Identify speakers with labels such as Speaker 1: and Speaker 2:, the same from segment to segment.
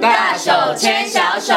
Speaker 1: 大手牵小手。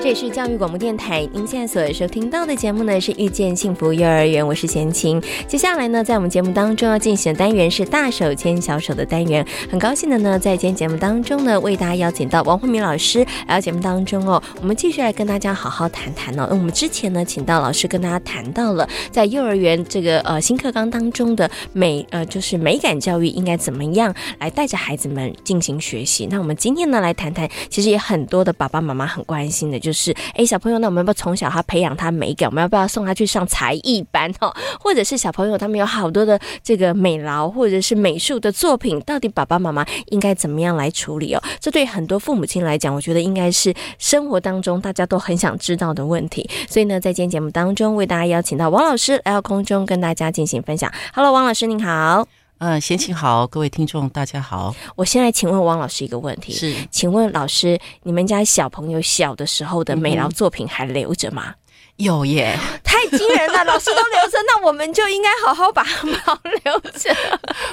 Speaker 2: 这里是教育广播电台，您现在所收听到的节目呢是《遇见幸福幼儿园》，我是贤琴。接下来呢，在我们节目当中要啊进行的单元是“大手牵小手”的单元。很高兴的呢，在今天节目当中呢，为大家邀请到王慧敏老师来到节目当中哦。我们继续来跟大家好好谈谈哦。那我们之前呢，请到老师跟大家谈到了在幼儿园这个呃新课纲当中的美呃就是美感教育应该怎么样来带着孩子们进行学习。那我们今天呢，来谈谈其实也很多的爸爸妈妈很关心的，就是哎，小朋友，那我们要不要从小他培养他美感？我们要不要送他去上才艺班哦？或者是小朋友他们有好多的这个美劳或者是美术的作品，到底爸爸妈妈应该怎么样来处理哦？这对很多父母亲来讲，我觉得应该是生活当中大家都很想知道的问题。所以呢，在今天节目当中，为大家邀请到王老师来到空中跟大家进行分享。Hello，王老师您好，
Speaker 3: 嗯，闲情好，各位听众大家好，
Speaker 2: 我先来请问王老师一个问题。
Speaker 3: 是
Speaker 2: 请问老师，你们家小朋友小的时候的美劳作品还留着吗？
Speaker 3: 有耶，
Speaker 2: 太惊人了，老师都留着，那我们就应该好好把它们 好留着。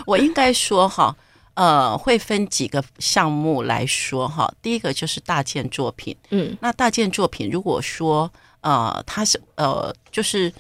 Speaker 3: 我应该说哈，呃，会分几个项目来说哈。第一个就是大件作品，
Speaker 2: 嗯
Speaker 3: 那大件作品如果说呃，它是呃，就是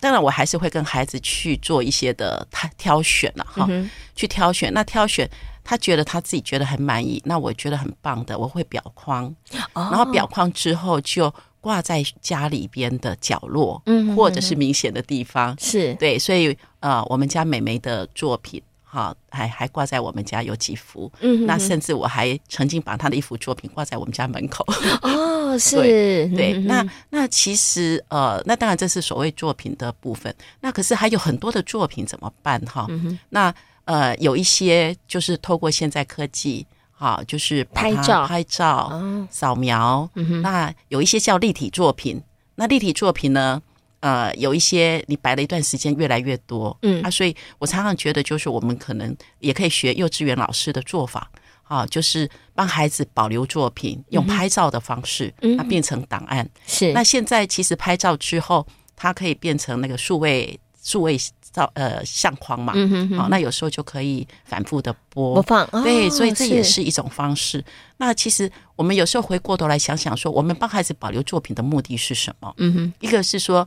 Speaker 3: 当然我还是会跟孩子去做一些的挑挑选了哈，
Speaker 2: 嗯
Speaker 3: 去挑选。那挑选他觉得他自己觉得很满意，那我觉得很棒的，我会裱
Speaker 2: 哦
Speaker 3: 框，
Speaker 2: 哼，
Speaker 3: 然后裱框之后就挂在家里边的角落，
Speaker 2: 嗯哼
Speaker 3: 或者是明显的地方。
Speaker 2: 是
Speaker 3: 对，所以呃，我们家美眉的作品哈，还还挂在我们家有几幅。
Speaker 2: 嗯哼
Speaker 3: 那甚至我还曾经把她的一幅作品挂在我们家门口。
Speaker 2: 哦，是
Speaker 3: 对，
Speaker 2: 嗯
Speaker 3: 那那其实呃，那当然这是所谓作品的部分。那可是还有很多的作品怎么办哈？
Speaker 2: 嗯
Speaker 3: 那呃，有一些就是透过现在科技。哈，就是把它
Speaker 2: 拍照
Speaker 3: 拍照、
Speaker 2: 哦，
Speaker 3: 扫描。那有一些叫立体作品。那立体作品呢，呃，有一些你摆了一段时间，越来越多。
Speaker 2: 嗯
Speaker 3: 啊，所以我常常觉得，就是我们可能也可以学幼稚园老师的做法。啊，就是帮孩子保留作品，用拍照的方式，
Speaker 2: 嗯
Speaker 3: 它变成档案。
Speaker 2: 是
Speaker 3: 那现在其实拍照之后，它可以变成那个数位数位照呃相框嘛。
Speaker 2: 嗯哼哼
Speaker 3: 好、那有时候就可以反复的播
Speaker 2: 播放，哦
Speaker 3: 对，所以这也是一种方式。那其实我们有时候回过头来想想说，我们帮孩子保留作品的目的是什么？
Speaker 2: 嗯哼
Speaker 3: 一个是说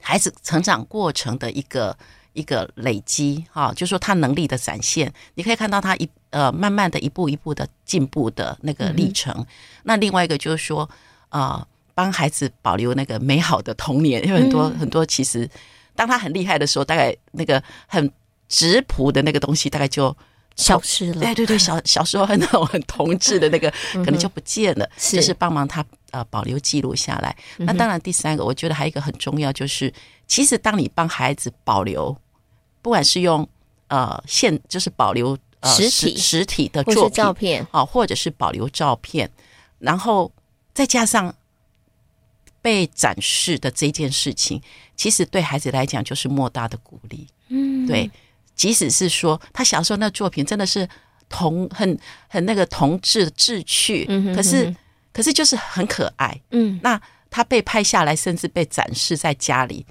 Speaker 3: 孩子成长过程的一个一个累积，哈、就说他能力的展现，你可以看到他一呃慢慢的一步一步的进步的那个历程。那另外一个就是说，呃，帮孩子保留那个美好的童年，因为很多、很多其实当他很厉害的时候，大概那个很直朴的那个东西，大概就。哎
Speaker 2: 消失了
Speaker 3: 对，对对，小小时候很那 种很童稚的那个，可能就不见了，
Speaker 2: 是嗯
Speaker 3: 就是帮忙他呃保留记录下来。那当然，第三个我觉得还有一个很重要，就是其实当你帮孩子保留，不管是用呃现就是保留呃
Speaker 2: 实体
Speaker 3: 实体的
Speaker 2: 或
Speaker 3: 作
Speaker 2: 是
Speaker 3: 品
Speaker 2: 照片，
Speaker 3: 啊，或者是保留照片，然后再加上被展示的这件事情，其实对孩子来讲就是莫大的鼓励。
Speaker 2: 嗯，
Speaker 3: 对，即使是说他小时候那作品真的是童很很那个童稚志趣，
Speaker 2: 嗯哼
Speaker 3: 可是
Speaker 2: 嗯
Speaker 3: 可是就是很可爱。
Speaker 2: 嗯，
Speaker 3: 那他被拍下来，甚至被展示在家里，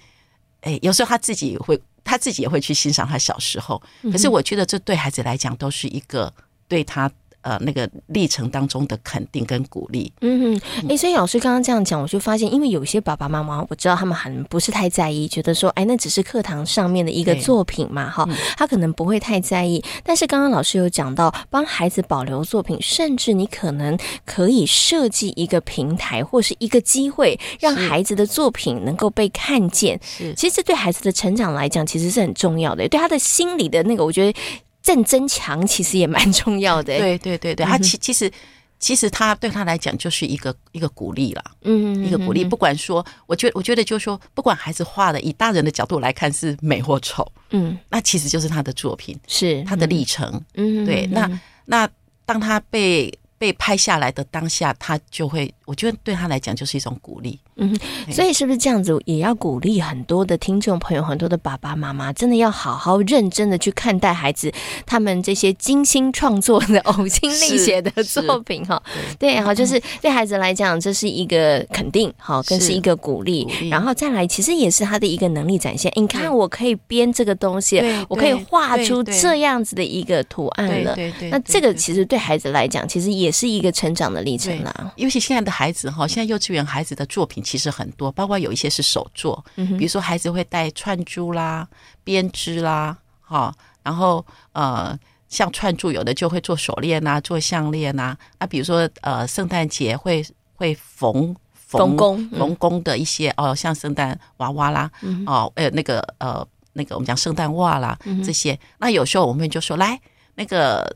Speaker 3: 哎，有时候他自己也会他自己也会去欣赏他小时候。可是我觉得这对孩子来讲都是一个对他呃那个历程当中的肯定跟鼓励。
Speaker 2: 嗯哼，哎，所以老师刚刚这样讲，我就发现，因为有些爸爸妈妈，我知道他们很不是太在意，觉得说，哎，那只是课堂上面的一个
Speaker 3: 对嗯
Speaker 2: 作品嘛，哈，他可能不会太在意。但是刚刚老师有讲到，帮孩子保留作品，甚至你可能可以设计一个平台或是一个机会，让
Speaker 3: 是
Speaker 2: 孩子的作品能够被看见。
Speaker 3: 是
Speaker 2: 其实这对孩子的成长来讲，其实是很重要的，对他的心理的那个，我觉得正增强其实也蛮重要的。，
Speaker 3: 对对对对，他其其实其实他对他来讲就是一个一个鼓励啦。
Speaker 2: 嗯
Speaker 3: 一个鼓励。不管说，我觉我觉得就是说，不管孩子画的，以大人的角度来看是美或丑，
Speaker 2: 嗯，
Speaker 3: 那其实就是他的作品，
Speaker 2: 是
Speaker 3: 他的，历程。
Speaker 2: 嗯
Speaker 3: 对，那那当他被被拍下来的当下，他就会，我觉得对他来讲就是一种鼓励。对
Speaker 2: 所以是不是这样子，也要鼓励很多的听众朋友，很多的爸爸妈妈，真的要好好认真的去看待孩子他们这些精心创作的、呕心沥血的
Speaker 3: 是嗯
Speaker 2: 作品哈。对，好，就是对孩子来讲，这是一个肯定，好，更是
Speaker 3: 是
Speaker 2: 一个鼓励
Speaker 3: 鼓，励
Speaker 2: 然后再来，其实也是他的一个能力展现。诶你看，我可以编这个东西
Speaker 3: 对，
Speaker 2: 我可以
Speaker 3: 对
Speaker 2: 画
Speaker 3: 对
Speaker 2: 出
Speaker 3: 对
Speaker 2: 这样子的一个图案了。
Speaker 3: 对对
Speaker 2: 那这个
Speaker 3: 对
Speaker 2: 其实对孩子来讲，其实也是一个成长的历程
Speaker 3: 对
Speaker 2: 啦。
Speaker 3: 尤其现在的孩子
Speaker 2: 嗯
Speaker 3: 哈，现在幼稚园孩子的作品其实很多，包括有一些是手作，
Speaker 2: 嗯哼
Speaker 3: 比如说孩子会带串珠啦、编织啦，哈，然后呃，像串珠有的就会做手链呐、做项链呐、啊，比如说呃，圣诞节会会缝。
Speaker 2: 缝工嗯
Speaker 3: 缝工的一些哦，像圣诞娃娃啦，哦，呃，那个呃，那个我们讲圣诞袜啦，
Speaker 2: 嗯
Speaker 3: 这些。那有时候我们就说，来那个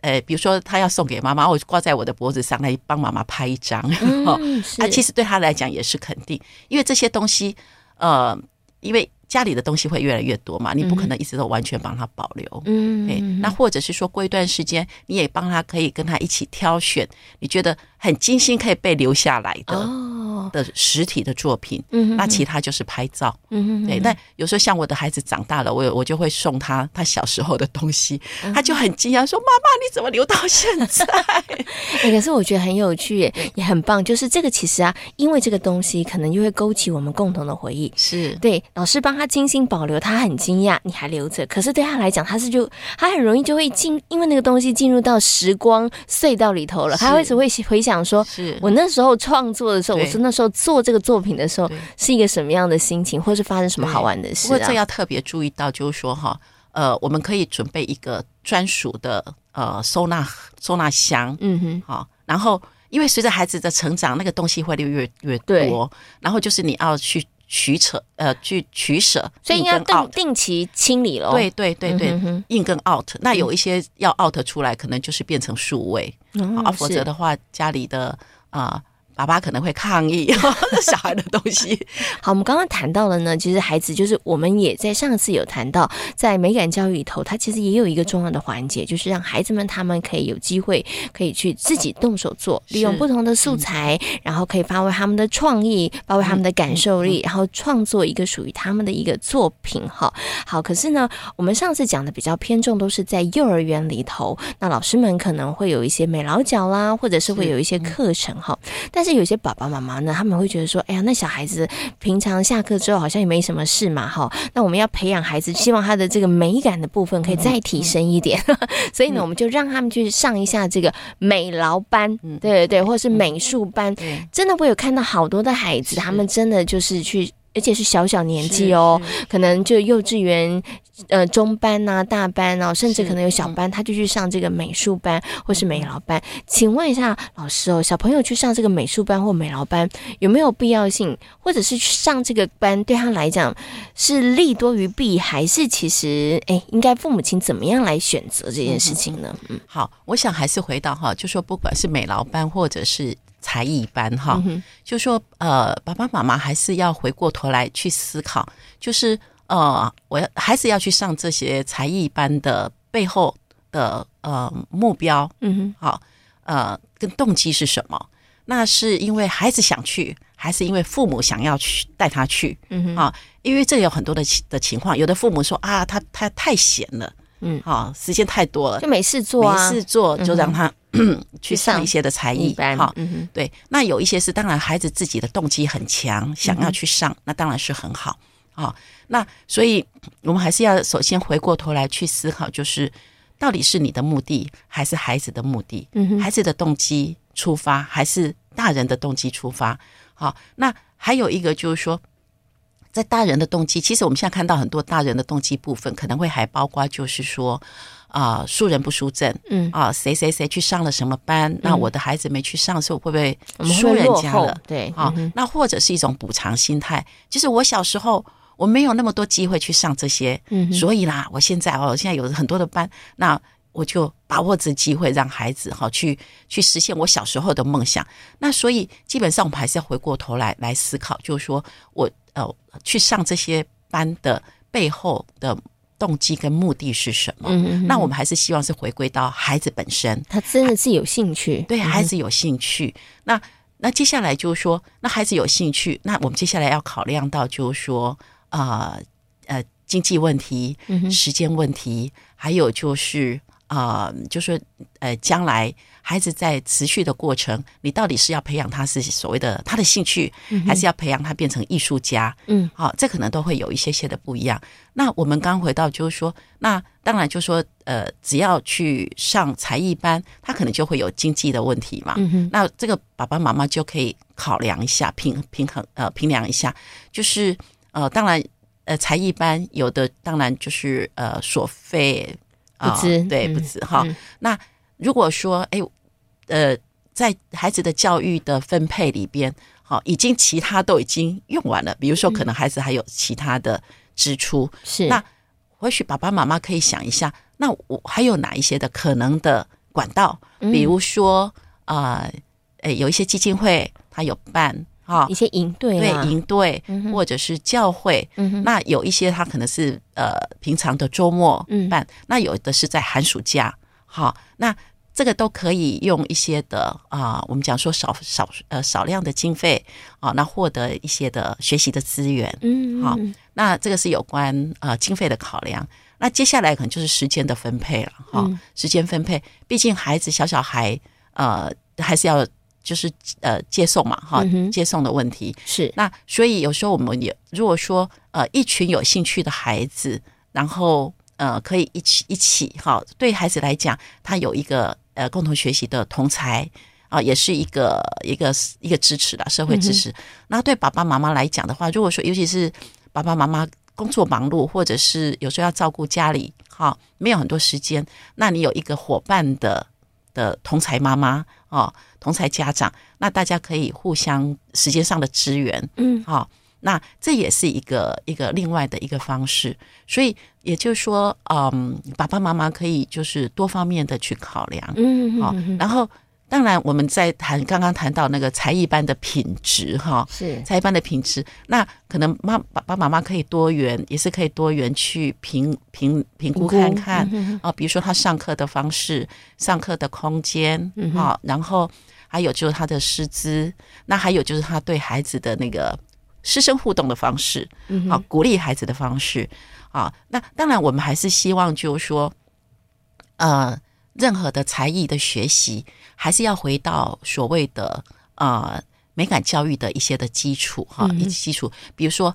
Speaker 3: 呃，比如说他要送给妈妈，我就挂在我的脖子上来帮妈妈拍一张。哦，
Speaker 2: 嗯，是
Speaker 3: 啊，其实对他来讲也是肯定，因为这些东西，呃，因为家里的东西会越来越多嘛，你不可能一直都完全帮他保留。
Speaker 2: 嗯
Speaker 3: 对，
Speaker 2: 嗯
Speaker 3: 那或者是说过一段时间，你也帮他可以跟他一起挑选，你觉得很精心可以被留下来的、
Speaker 2: 哦，
Speaker 3: 的实体的作品。
Speaker 2: 嗯哼
Speaker 3: 那其他就是拍照，
Speaker 2: 嗯哼
Speaker 3: 对。那有时候像我的孩子长大了，我有我就会送他他小时候的东西，
Speaker 2: 嗯
Speaker 3: 他就很惊讶说：“妈妈，你怎么留到现在。
Speaker 2: 欸可是我觉得很有趣耶，也很棒。就是这个其实啊，因为这个东西可能就会勾起我们共同的回忆？”
Speaker 3: 是，
Speaker 2: 对，老师帮他精心保留，他很惊讶，你还留着。可是对他来讲，他是就他很容易就会进，因为那个东西进入到时光隧道里头了，
Speaker 3: 是
Speaker 2: 他会只会回想说。
Speaker 3: 是
Speaker 2: 我那时候创作的时候，我
Speaker 3: 嗯对
Speaker 2: 是那时候做这个作品的时候
Speaker 3: 对
Speaker 2: 是一个什么样的心情，或是发生什么好玩的
Speaker 3: 不
Speaker 2: 事
Speaker 3: 过这
Speaker 2: 啊？
Speaker 3: 要特别注意到，就是说哈，呃，我们可以准备一个专属的呃收纳收纳箱，
Speaker 2: 嗯哼，
Speaker 3: 好、然后因为随着孩子的成长，那个东西会越越越
Speaker 2: 对
Speaker 3: 多，然后就是你要去取舍，呃，去取舍，
Speaker 2: 所以应
Speaker 3: 应
Speaker 2: 该
Speaker 3: 该
Speaker 2: 定定期清理喽。
Speaker 3: 对对对对
Speaker 2: 嗯哼哼，
Speaker 3: 硬跟 out，那有一些要 out 出来，可能就是变成数位，
Speaker 2: 嗯，
Speaker 3: 啊，否
Speaker 2: 是
Speaker 3: 则的话，家里的啊、爸爸可能会抗议 小孩的东 西。
Speaker 2: 好，我们刚刚谈到了呢，其实孩子就是我们也在上次有谈到，在美感教育里头，它其实也有一个重要的环节，就是让孩子们他们可以有机会可以去自己动手做，利用
Speaker 3: 是
Speaker 2: 不同的素材，然后可以发挥他们的创意，发挥他们的感受力，然后创作一个属于他们的一个作品哈。好，可是呢，我们上次讲的比较偏重都是在幼儿园里头，那老师们可能会有一些美劳角啦，或者是会
Speaker 3: 是
Speaker 2: 有一些课程哈。但是有些爸爸妈妈呢，他们会觉得说，哎呀，那小孩子平常下课之后好像也没什么事嘛，哈。那我们要培养孩子，希望他的这个美感的部分可以再提升一点。 所以呢，我们就让他们去上一下这个美劳班，对对对，或者是美术班。
Speaker 3: 对，
Speaker 2: 真的，我有看到好多的孩子，
Speaker 3: 是
Speaker 2: 他们真的就是去。而且是小小年纪哦，可能就幼稚园、呃中班呐、大班哦，甚至
Speaker 3: 是嗯
Speaker 2: 可能有小班，他就去上这个美术班或是美劳班。请问一下老师哦，小朋友去上这个美术班或美劳班有没有必要性，或者是去上这个班对他来讲是利多于弊，还是其实哎应该父母亲怎么样来选择这件事情呢？嗯
Speaker 3: 好，我想还是回到哈，就说不管是美劳班或者是才艺班
Speaker 2: 嗯
Speaker 3: 哈，就说呃，爸爸妈妈还是要回过头来去思考，就是呃，我要孩子要去上这些才艺班的背后的呃目标，
Speaker 2: 嗯哼，
Speaker 3: 好，呃，跟动机是什么？那是因为孩子想去，还是因为父母想要去带他去？
Speaker 2: 嗯哼
Speaker 3: 啊，因为这有很多的情的情况，有的父母说啊，他他太闲了，
Speaker 2: 嗯
Speaker 3: 啊，时间太多了
Speaker 2: 就，没事做
Speaker 3: 没
Speaker 2: 啊，
Speaker 3: 事做，就让他、
Speaker 2: 去
Speaker 3: 去
Speaker 2: 上
Speaker 3: 上一些的才
Speaker 2: 一
Speaker 3: 艺，
Speaker 2: 般
Speaker 3: 好，
Speaker 2: 嗯哼，
Speaker 3: 对，那有一些是当然孩子自己的动机很强，想
Speaker 2: 嗯
Speaker 3: 要去上，那当然是很好啊、那所以我们还是要首先回过头来去思考，就是到底是你的目的还是孩子的目的，
Speaker 2: 嗯哼
Speaker 3: 孩子的动机出发还是大人的动机出发？好、那还有一个就是说。在大人的动机，其实我们现在看到很多大人的动机部分，可能会还包括就是说，啊、输人不输阵，
Speaker 2: 嗯
Speaker 3: 啊，谁谁谁去上了什么班，那我的孩子没去上，所以我会不
Speaker 2: 我
Speaker 3: 会
Speaker 2: 们
Speaker 3: 输
Speaker 2: 会
Speaker 3: 人
Speaker 2: 落
Speaker 3: 家
Speaker 2: 后
Speaker 3: 了？，
Speaker 2: 对，
Speaker 3: 啊
Speaker 2: 嗯哼，
Speaker 3: 那或者是一种补偿心态，就是我小时候我没有那么多机会去上这些，
Speaker 2: 嗯哼
Speaker 3: 所以啦，我现在哦，现在有很多的班，那我就把握这机会，让孩子哈、去去实现我小时候的梦想。那所以基本上我们还是要回过头来来思考，就是说我呃去上这些班的背后的动机跟目的是什么？
Speaker 2: 嗯哼嗯
Speaker 3: 那
Speaker 2: 哼
Speaker 3: 我们还是希望是回归到孩子本身，
Speaker 2: 他真的是有兴趣，
Speaker 3: 对
Speaker 2: 嗯
Speaker 3: 孩子有兴趣。那那接下来就是说，那孩子有兴趣，那我们接下来要考量到就是说，呃呃，经济问题、
Speaker 2: 嗯哼
Speaker 3: 时间问题，还有就是呃，就是呃，将来孩子在持续的过程，你到底是要培养他是所谓的他的兴趣，还是要培养他变成艺术家？
Speaker 2: 嗯，
Speaker 3: 好、这可能都会有一些些的不一样。那我们刚回到就是说，那当然就是说，呃，只要去上才艺班，他可能就会有经济的问题嘛。
Speaker 2: 嗯哼，
Speaker 3: 那这个爸爸妈妈就可以考量一下，平平衡呃平量一下，就是呃，当然呃才艺班有的当然就是呃所费呃
Speaker 2: 不知
Speaker 3: 对
Speaker 2: 嗯
Speaker 3: 不止哈、
Speaker 2: 嗯
Speaker 3: 那如果说哎呃在孩子的教育的分配里边，好、已经其他都已经用完了，比如
Speaker 2: 嗯
Speaker 3: 说可能孩子还有其他的支出，
Speaker 2: 是
Speaker 3: 那或许爸爸妈妈可以想一下，那我还有哪一些的可能的管道？
Speaker 2: 嗯
Speaker 3: 比如说，呃，诶，有一些基金会它有办哈、
Speaker 2: 一些营队
Speaker 3: 啊对
Speaker 2: 啦，
Speaker 3: 营队、
Speaker 2: 嗯哼
Speaker 3: 或者是教会，
Speaker 2: 嗯哼，
Speaker 3: 那有一些它可能是呃平常的周末
Speaker 2: 嗯
Speaker 3: 办，那有的是在寒暑假，好、那。这个都可以用一些的啊、我们讲说少少呃少量的经费啊，那获得一些的学习的资源，
Speaker 2: 嗯，
Speaker 3: 好
Speaker 2: 嗯
Speaker 3: 那这个是有关呃经费的考量。那接下来可能就是时间的分配了哈、
Speaker 2: 嗯
Speaker 3: 时间分配，毕竟孩子小小孩呃还是要就是呃接送嘛哈、
Speaker 2: 嗯哼
Speaker 3: 接送的问题。
Speaker 2: 是
Speaker 3: 那所以有时候我们也如果说呃一群有兴趣的孩子，然后呃可以一起一起哈，对孩子来讲，他有一个呃共同学习的同才。啊，也是一个一个一个支持的社会支持。那对爸爸妈妈来讲的话，如果说尤其是爸爸妈妈工作忙碌，或者是有时候要照顾家里，哈、没有很多时间，那你有一个伙伴的的同才妈妈哦，同才家长，那大家可以互相时间上的支援，
Speaker 2: 嗯，
Speaker 3: 好、那这也是一个一个另外的一个方式，所以也就是说，嗯，爸爸妈妈可以就是多方面的去考量，
Speaker 2: 嗯，
Speaker 3: 好、
Speaker 2: 嗯嗯嗯
Speaker 3: 然后当然我们在谈刚刚谈到那个才艺班的品质哈、
Speaker 2: 是
Speaker 3: 才艺班的品质，那可能妈爸爸妈妈可以多元，也是可以多元去评评评估看看啊、比如说他上课的方式、上课的空间啊、然后还有就是他的师资，那还有就是他对孩子的那个师生互动的方式，啊、鼓励孩子的方式啊、那当然，我们还是希望就是说，呃，任何的才艺的学习，还是要回到所谓的呃美感教育的一些的基础哈，一些基础，比如说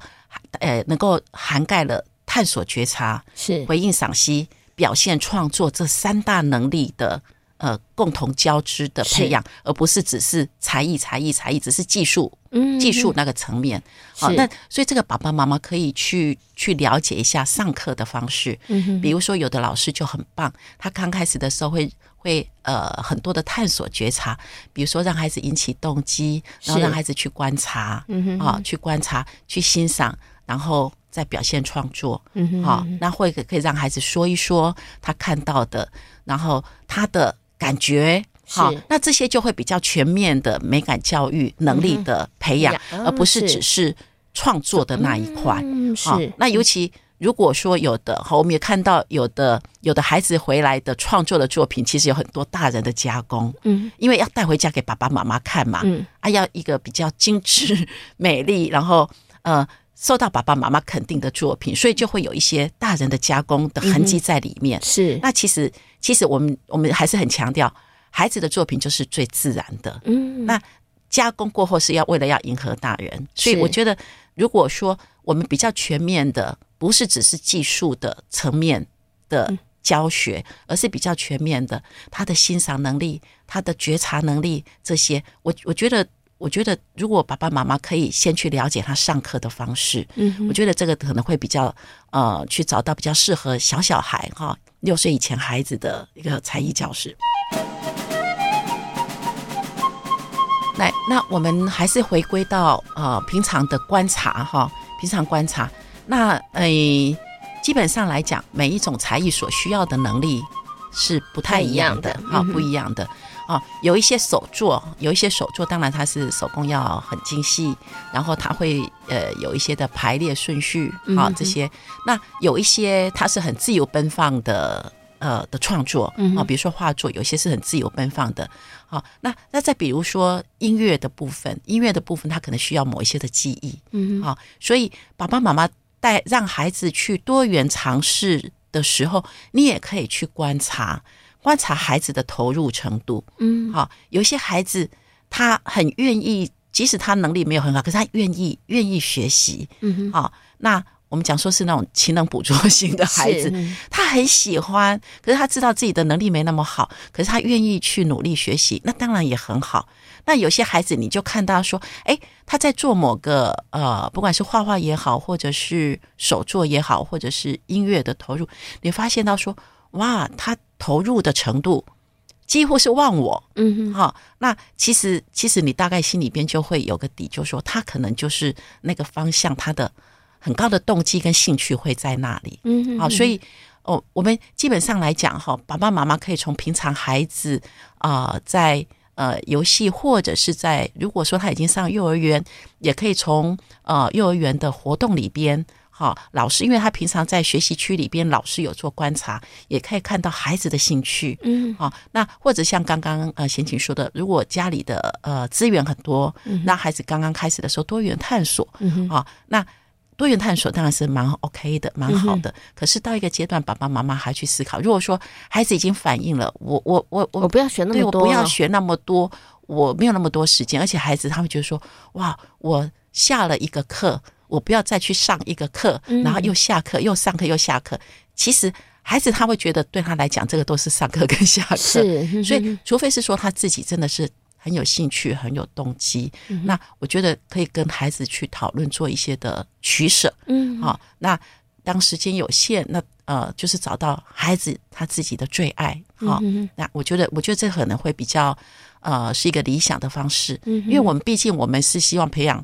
Speaker 3: 呃能够涵盖了探索、觉察、
Speaker 2: 是
Speaker 3: 回应、赏析、表现、创作这三大能力的。呃，共同交织的培养，而不是只是才艺、才艺、才艺，只是技术
Speaker 2: 嗯
Speaker 3: 技术那个层面。好、
Speaker 2: 是
Speaker 3: 那所以这个爸爸妈妈可以去去了解一下上课的方式。
Speaker 2: 嗯哼
Speaker 3: 比如说有的老师就很棒，他刚开始的时候会会呃很多的探索觉察，比如说让孩子引起动机，然后
Speaker 2: 是
Speaker 3: 让孩子去观察，
Speaker 2: 嗯哼
Speaker 3: 啊、去观察，去欣赏，然后再表现创作。
Speaker 2: 嗯哼
Speaker 3: 好、那会可以让孩子说一说他看到的，然后他的感觉。好
Speaker 2: 是，
Speaker 3: 那这些就会比较全面的美感教育能力的培养，
Speaker 2: 培养
Speaker 3: 而不是
Speaker 2: 嗯嗯是
Speaker 3: 只是创作的那一块。
Speaker 2: 嗯是
Speaker 3: 好，那尤其如果说有的，好，我们也看到有的有的孩子回来的创作的作品，其实有很多大人的加工，
Speaker 2: 嗯
Speaker 3: 因为要带回家给爸爸妈妈看嘛，
Speaker 2: 嗯
Speaker 3: 啊，要一个比较精致、美丽，然后呃。受到爸爸妈妈肯定的作品，所以就会有一些大人的加工的痕
Speaker 2: 嗯
Speaker 3: 迹在里面。
Speaker 2: 是
Speaker 3: 那其实，其实我们我们还是很强调，孩子的作品就是最自然的。
Speaker 2: 嗯
Speaker 3: 那加工过后是要为了要迎合大人，所以
Speaker 2: 是
Speaker 3: 我觉得，如果说我们比较全面的，不是只是技术的层面的教学，而是比较全面的，他的欣赏能力、他的觉察能力这些，我我觉得。我觉得，如果爸爸妈妈可以先去了解他上课的方式，
Speaker 2: 嗯哼
Speaker 3: 我觉得这个可能会比较呃，去找到比较适合小小孩哈，六岁以前孩子的一个才艺教室。来，那我们还是回归到呃平常的观察哈，平常观察。那诶、基本上来讲，每一种才艺所需要的能力是不太一样的
Speaker 2: 不太一样的
Speaker 3: 哈、
Speaker 2: 嗯哼
Speaker 3: 不一样的啊、有一些手作，有一些手作，当然它是手工要很精细，然后它会呃有一些的排列顺序啊、
Speaker 2: 嗯哼
Speaker 3: 这些。那有一些它是很自由奔放的呃的创作啊、
Speaker 4: 嗯哼
Speaker 3: 比如说画作，有些是很自由奔放的。好、那那再比如说音乐的部分，音乐的部分它可能需要某一些的记忆，
Speaker 4: 嗯哼，
Speaker 3: 好、所以爸爸妈妈带让孩子去多元尝试的时候，你也可以去观察观察孩子的投入程度。
Speaker 4: 嗯，
Speaker 3: 好、有一些孩子他很愿意，即使他能力没有很好，可是他愿意愿意学习。
Speaker 4: 嗯哼，
Speaker 3: 好、那我们讲说是那种勤能补拙型的孩子，
Speaker 4: 嗯
Speaker 3: 他很喜欢，可是他知道自己的能力没那么好，可是他愿意去努力学习，那当然也很好。那有些孩子你就看到说，哎，他在做某个呃，不管是画画也好，或者是手作也好，或者是音乐的投入，你发现到说，哇，他投入的程度几乎是忘我，
Speaker 4: 嗯哼，
Speaker 3: 哈、那其实其实你大概心里边就会有个底，就说他可能就是那个方向，他的很高的动机跟兴趣会在那里。
Speaker 4: 嗯哼，
Speaker 3: 好，啊所以哦，我们基本上来讲哈，爸爸妈妈可以从平常孩子啊、在呃游戏或者是在如果说他已经上幼儿园，也可以从呃幼儿园的活动里边。好，老师，因为他平常在学习区里边，老师有做观察，也可以看到孩子的兴趣。
Speaker 4: 嗯
Speaker 3: 好、啊那或者像刚刚呃贤琴说的，如果家里的呃资源很多，那孩子刚刚开始的时候多元探索，
Speaker 4: 嗯哼，
Speaker 3: 啊、那多元探索当然是蛮 OK 的，
Speaker 4: 嗯
Speaker 3: 蛮好的。可是到一个阶段，爸爸妈妈还去思考，如果说孩子已经反应了，我我我我
Speaker 4: 我不要学那
Speaker 3: 对
Speaker 4: 么
Speaker 3: 我
Speaker 4: 多，
Speaker 3: 不要，学那么多，我没有那么多时间，而且孩子他会觉得说，哇，我下了一个课，我不要再去上一个课，
Speaker 4: 嗯
Speaker 3: 然后又下课，又上课，又下课。其实孩子他会觉得，对他来讲，这个都是上课跟下课。
Speaker 4: 是，
Speaker 3: 所以，除非是说他自己真的是很有兴趣、很有动机，
Speaker 4: 嗯
Speaker 3: 那我觉得可以跟孩子去讨论做一些的取舍。
Speaker 4: 嗯，
Speaker 3: 好、那当时间有限，那呃，就是找到孩子他自己的最爱。好、
Speaker 4: 嗯
Speaker 3: 那我觉得，我觉得这可能会比较呃是一个理想的方式，
Speaker 4: 嗯哼
Speaker 3: 因为我们毕竟我们是希望培养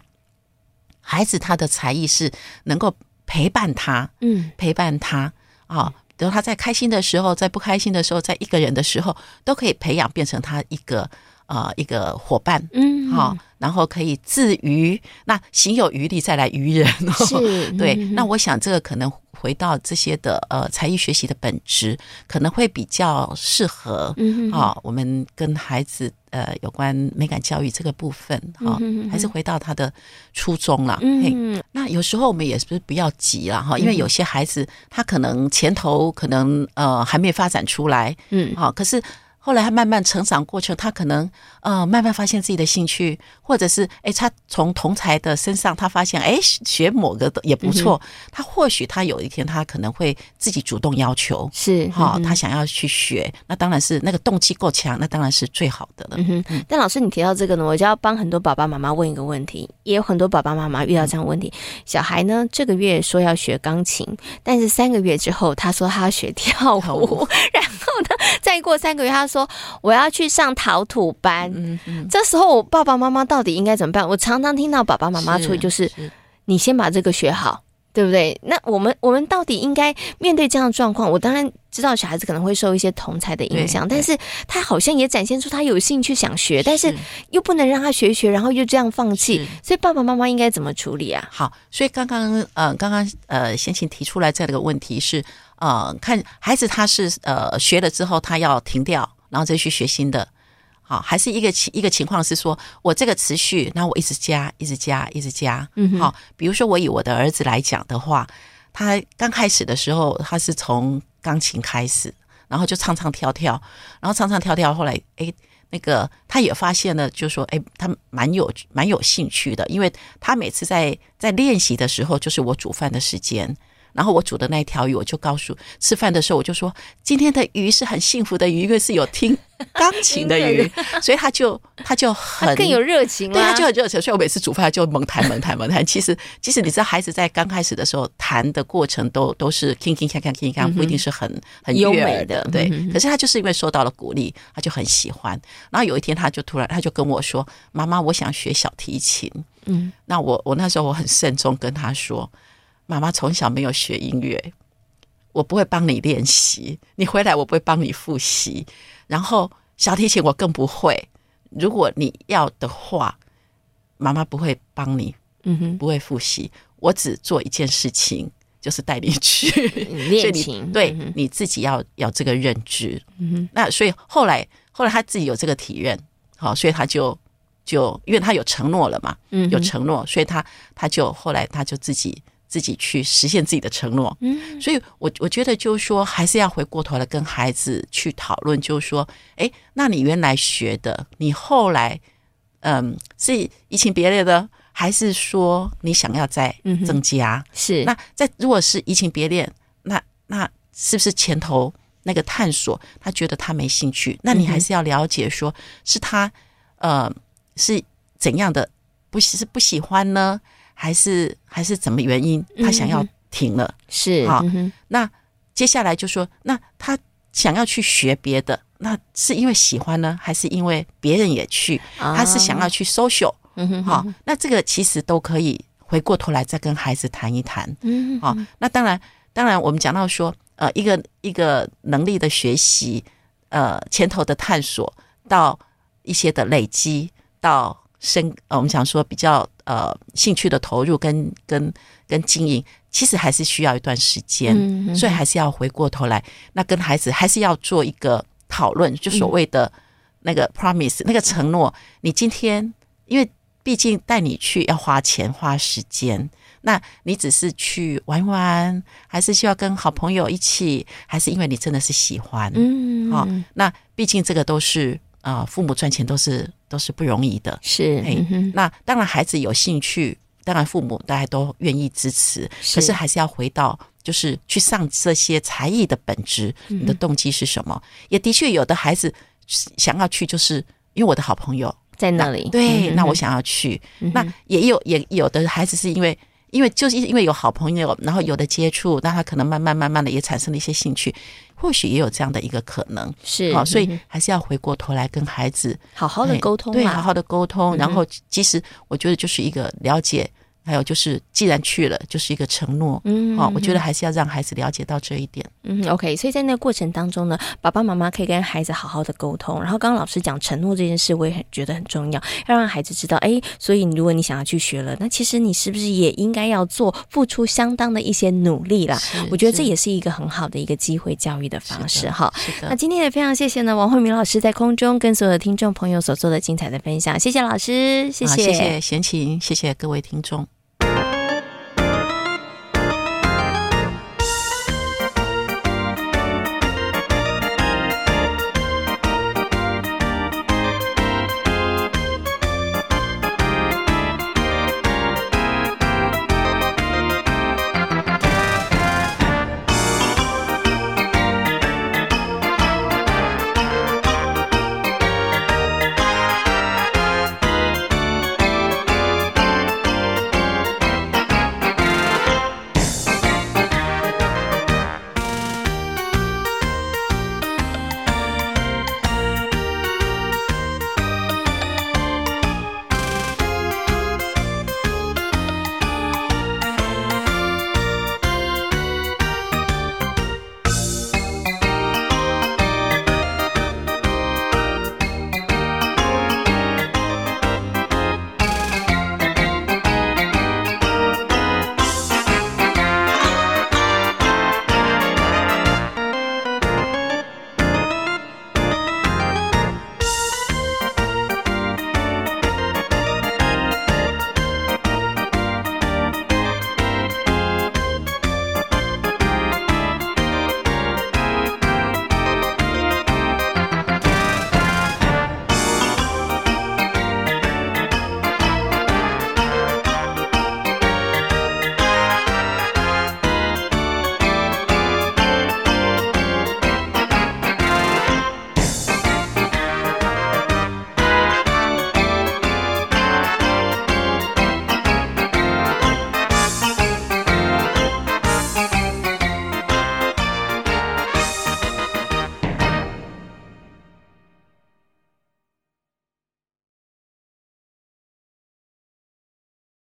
Speaker 3: 孩子他的才艺是能够陪伴他，
Speaker 4: 嗯
Speaker 3: 陪伴他啊。等他在开心的时候，在不开心的时候，在一个人的时候，都可以培养变成他一个呃一个伙伴，
Speaker 4: 嗯，
Speaker 3: 好、然后可以自娱，那行有余力再来娱人、哦。
Speaker 4: 是，
Speaker 3: 对，
Speaker 4: 嗯
Speaker 3: 那我想这个可能回到这些的呃才艺学习的本质，可能会比较适合
Speaker 4: 嗯哼
Speaker 3: 啊、我们跟孩子呃有关美感教育这个部分哈、
Speaker 4: 嗯哼嗯哼
Speaker 3: 还是回到他的初衷啦。嘿
Speaker 4: 嗯
Speaker 3: 那有时候我们也是不要急啦哈，因为有些孩子他可能前头可能呃还没发展出来，
Speaker 4: 嗯
Speaker 3: 好、可是后来他慢慢成长过程，他可能呃慢慢发现自己的兴趣，或者是诶，他从同才的身上他发现诶，学某个的也不
Speaker 4: 嗯
Speaker 3: 错，他或许他有一天他可能会自己主动要求，
Speaker 4: 是，嗯
Speaker 3: 哈、
Speaker 4: 哼
Speaker 3: 他想要去学，那当然是那个动机够强，那当然是最好的了。
Speaker 4: 嗯哼，但老师，你提到这个呢，我就要帮很多爸爸妈妈问一个问题，也有很多爸爸妈妈遇到这样的问题：小孩呢，这个月说要学钢琴，但是三个月之后，他说他要学跳舞，
Speaker 3: 跳舞
Speaker 4: 然后呢，再过三个月，他说我要去上陶土班。
Speaker 3: 嗯嗯，
Speaker 4: 这时候，我爸爸妈妈到底应该怎么办？我常常听到爸爸妈妈出就是你先把这个学好，对不对？那我们我们到底应该面对这样的状况？我当然知道小孩子可能会受一些同才的影响，
Speaker 3: 对
Speaker 4: 但是他好像也展现出他有兴趣想学，但是又不能让他学一学，然后又这样放弃
Speaker 3: 是。
Speaker 4: 所以爸爸妈妈应该怎么处理啊？
Speaker 3: 好，所以刚刚呃，刚刚呃，贤琴提出来这样的一个问题是，呃，看孩子他是呃学了之后他要停掉，然后再去学新的，好，还是一个情一个情况是说我这个持续，那我一直加，一直加，一直加，
Speaker 4: 嗯哼
Speaker 3: 好，比如说我以我的儿子来讲的话，他刚开始的时候他是从钢琴开始，然后就唱唱跳跳，然后唱唱跳跳，后来诶，那个他也发现了，就说诶，他蛮有蛮有兴趣的，因为他每次在在练习的时候，就是我煮饭的时间。然后我煮的那一条鱼，我就告诉吃饭的时候，我就说今天的鱼是很幸福的鱼，因为是有听钢琴 的
Speaker 4: 音
Speaker 3: 鱼， 所以他就他就很
Speaker 4: 他更有热情
Speaker 3: 对，
Speaker 4: 啦，
Speaker 3: 他就很热情，所以我每次煮饭就猛弹猛弹猛弹。其实，其实你知道，孩子在刚开始的时候弹的过程都都是 king king 锵锵 king 锵，不一
Speaker 4: 嗯
Speaker 3: 定是很很
Speaker 4: 优
Speaker 3: 悦
Speaker 4: 美
Speaker 3: 耳
Speaker 4: 的
Speaker 3: 对
Speaker 4: 嗯。
Speaker 3: 可是他就是因为受到了鼓励，他就很喜欢。然后有一天，他就突然他就跟我说：“妈妈，我想学小提琴。”
Speaker 4: 嗯，
Speaker 3: 那我我那时候我很慎重跟他说：“妈妈从小没有学音乐，我不会帮你练习，你回来我不会帮你复习。然后小提琴我更不会，如果你要的话，妈妈不会帮你，
Speaker 4: 嗯哼，
Speaker 3: 不会复习，我只做一件事情，就是带你去所以
Speaker 2: 恋
Speaker 3: 你
Speaker 2: 情，
Speaker 3: 对
Speaker 2: 嗯哼
Speaker 3: 你自己要有这个认知。
Speaker 2: 嗯哼
Speaker 3: 那所以后来后来他自己有这个体认，好、所以他就就因为他有承诺了嘛，
Speaker 2: 嗯哼
Speaker 3: 有承诺，所以他他就后来他就自己自己去实现自己的承诺。
Speaker 2: 嗯
Speaker 3: 所以我我觉得就是说，还是要回过头来跟孩子去讨论，就是说，哎，那你原来学的，你后来，嗯，是移情别恋的，还是说你想要再
Speaker 2: 嗯哼
Speaker 3: 增加？
Speaker 2: 是
Speaker 3: 那在如果是移情别恋，那那是不是前头那个探索，他觉得他没兴趣？
Speaker 2: 嗯
Speaker 3: 那你还是要了解说，是他呃是怎样的不喜是不喜欢呢，还是还是怎么原因他想要
Speaker 2: 嗯
Speaker 3: 停了？
Speaker 2: 是
Speaker 3: 好
Speaker 2: 嗯哼
Speaker 3: 那接下来就说，那他想要去学别的，那是因为喜欢呢，还是因为别人也去？
Speaker 4: 啊
Speaker 3: 他是想要去 social
Speaker 2: 啊嗯哼
Speaker 3: 哈、那这个其实都可以回过头来再跟孩子谈一谈
Speaker 2: 嗯
Speaker 3: 啊、那当然，当然我们讲到说，呃，一个一个能力的学习，呃，前头的探索到一些的累积，到深，呃，我们讲说比较呃兴趣的投入跟跟跟经营，其实还是需要一段时间。
Speaker 2: 嗯哼
Speaker 3: 所以还是要回过头来，那跟孩子还是要做一个讨论，就所谓的那个 promise、那个承诺。你今天，因为毕竟带你去要花钱花时间，那你只是去玩玩，还是需要跟好朋友一起，还是因为你真的是喜欢？
Speaker 2: 嗯
Speaker 3: 好、
Speaker 2: 嗯
Speaker 3: 那毕竟这个都是啊、呃父母赚钱都是都是不容易的。
Speaker 2: 是
Speaker 3: 哎
Speaker 2: 嗯哼
Speaker 3: 那当然，孩子有兴趣，当然父母大家都愿意支持，
Speaker 2: 是
Speaker 3: 可是还是要回到就是去上这些才艺的本质，
Speaker 2: 嗯
Speaker 3: 你的动机是什么？也的确有的孩子想要去，就是因为我的好朋友，
Speaker 2: 在那里
Speaker 3: 对，
Speaker 2: 嗯哼
Speaker 3: 那我想要去。
Speaker 4: 嗯
Speaker 3: 那
Speaker 2: 嗯
Speaker 3: 也有也有的孩子是因为。因为就是因为有好朋友，然后有的接触，那他可能慢慢慢慢的也产生了一些兴趣，或许也有这样的一个可能。
Speaker 2: 是
Speaker 3: 好，所
Speaker 2: 嗯
Speaker 3: 以
Speaker 2: 哼
Speaker 3: 还是要回过头来跟孩子
Speaker 2: 好好的
Speaker 3: 哎
Speaker 2: 沟通
Speaker 3: 对，
Speaker 2: 嘛
Speaker 3: 好好的沟通。
Speaker 2: 嗯
Speaker 3: 然
Speaker 2: 哼
Speaker 3: 后，其实我觉得就是一个了解，还有就是既然去了，就是一个承诺。
Speaker 2: 嗯
Speaker 3: 哦，我觉得还是要让孩子了解到这一点。
Speaker 2: 嗯哼，OK，所以在那个过程当中呢，爸爸妈妈可以跟孩子好好的沟通。然后刚刚老师讲承诺这件事，我也很觉得很重要，要让孩子知道，哎，所以如果你想要去学了，那其实你是不是也应该要做付出相当的一些努力啦？啊我觉得这也是一个很好的一个机会教育的方式哈。
Speaker 3: 是
Speaker 2: 那
Speaker 3: 的，
Speaker 2: 今天也非常谢谢呢，王慧明老师在空中跟所有的听众朋友所做的精彩的分享，谢谢老师，谢
Speaker 3: 啊
Speaker 2: 谢
Speaker 3: 谢谢贤琴，谢谢各位听众。